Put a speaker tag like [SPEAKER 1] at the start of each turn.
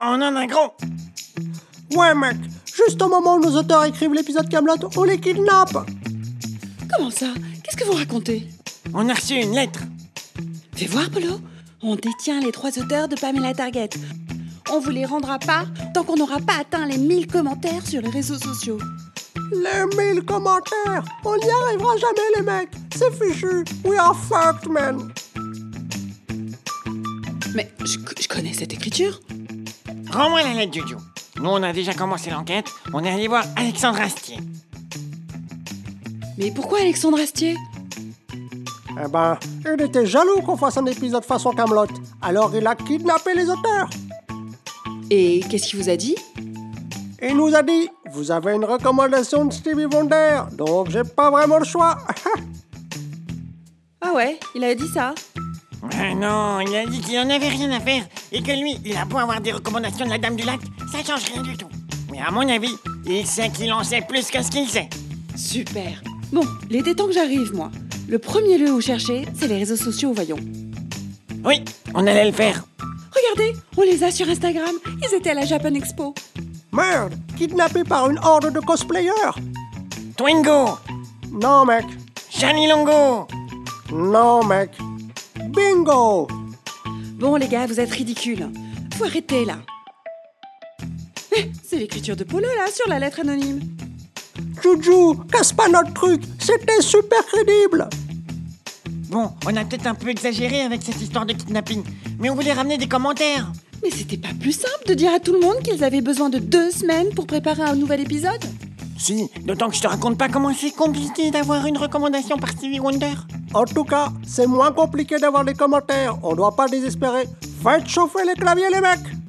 [SPEAKER 1] en un gros.
[SPEAKER 2] Ouais, mec, juste au moment où nos auteurs écrivent l'épisode Camelot, on les kidnappe.
[SPEAKER 3] Comment ça Qu'est-ce que vous racontez
[SPEAKER 1] On a reçu une lettre.
[SPEAKER 3] Fais voir, Polo. On détient les trois auteurs de Pamela Target. On vous les rendra pas tant qu'on n'aura pas atteint les 1000 commentaires sur les réseaux sociaux.
[SPEAKER 2] Les mille commentaires, on n'y arrivera jamais, les mecs. C'est fichu. We are fucked, man.
[SPEAKER 3] Mais je, je connais cette écriture.
[SPEAKER 1] Rends-moi la lettre, Jojo. Nous, on a déjà commencé l'enquête. On est allé voir Alexandre Astier.
[SPEAKER 3] Mais pourquoi Alexandre Astier
[SPEAKER 2] Eh ben, il était jaloux qu'on fasse un épisode façon Camelot. Alors il a kidnappé les auteurs.
[SPEAKER 3] Et qu'est-ce qu'il vous a dit
[SPEAKER 2] Il nous a dit Vous avez une recommandation de Stevie Wonder, donc j'ai pas vraiment le choix.
[SPEAKER 3] Ah ouais, il a dit ça.
[SPEAKER 1] Ah non, il a dit qu'il en avait rien à faire et que lui, il a beau avoir des recommandations de la Dame du Lac, ça change rien du tout. Mais à mon avis, il sait qu'il en sait plus que ce qu'il sait.
[SPEAKER 3] Super. Bon, il était temps que j'arrive, moi. Le premier lieu où chercher, c'est les réseaux sociaux, voyons.
[SPEAKER 1] Oui, on allait le faire.
[SPEAKER 3] Regardez, on les a sur Instagram. Ils étaient à la Japan Expo.
[SPEAKER 2] Merde, kidnappé par une horde de cosplayers.
[SPEAKER 1] Twingo,
[SPEAKER 2] Non, mec.
[SPEAKER 1] Shani Longo,
[SPEAKER 2] Non, mec. Bingo
[SPEAKER 3] Bon, les gars, vous êtes ridicules. Faut arrêter, là. Eh, C'est l'écriture de Polo, là, sur la lettre anonyme.
[SPEAKER 2] Juju, casse pas notre truc, c'était super crédible
[SPEAKER 1] Bon, on a peut-être un peu exagéré avec cette histoire de kidnapping, mais on voulait ramener des commentaires.
[SPEAKER 3] Mais c'était pas plus simple de dire à tout le monde qu'ils avaient besoin de deux semaines pour préparer un nouvel épisode
[SPEAKER 1] Si, d'autant que je te raconte pas comment c'est compliqué d'avoir une recommandation par Stevie Wonder.
[SPEAKER 2] En tout cas, c'est moins compliqué d'avoir des commentaires, on doit pas désespérer. Faites chauffer les claviers, les mecs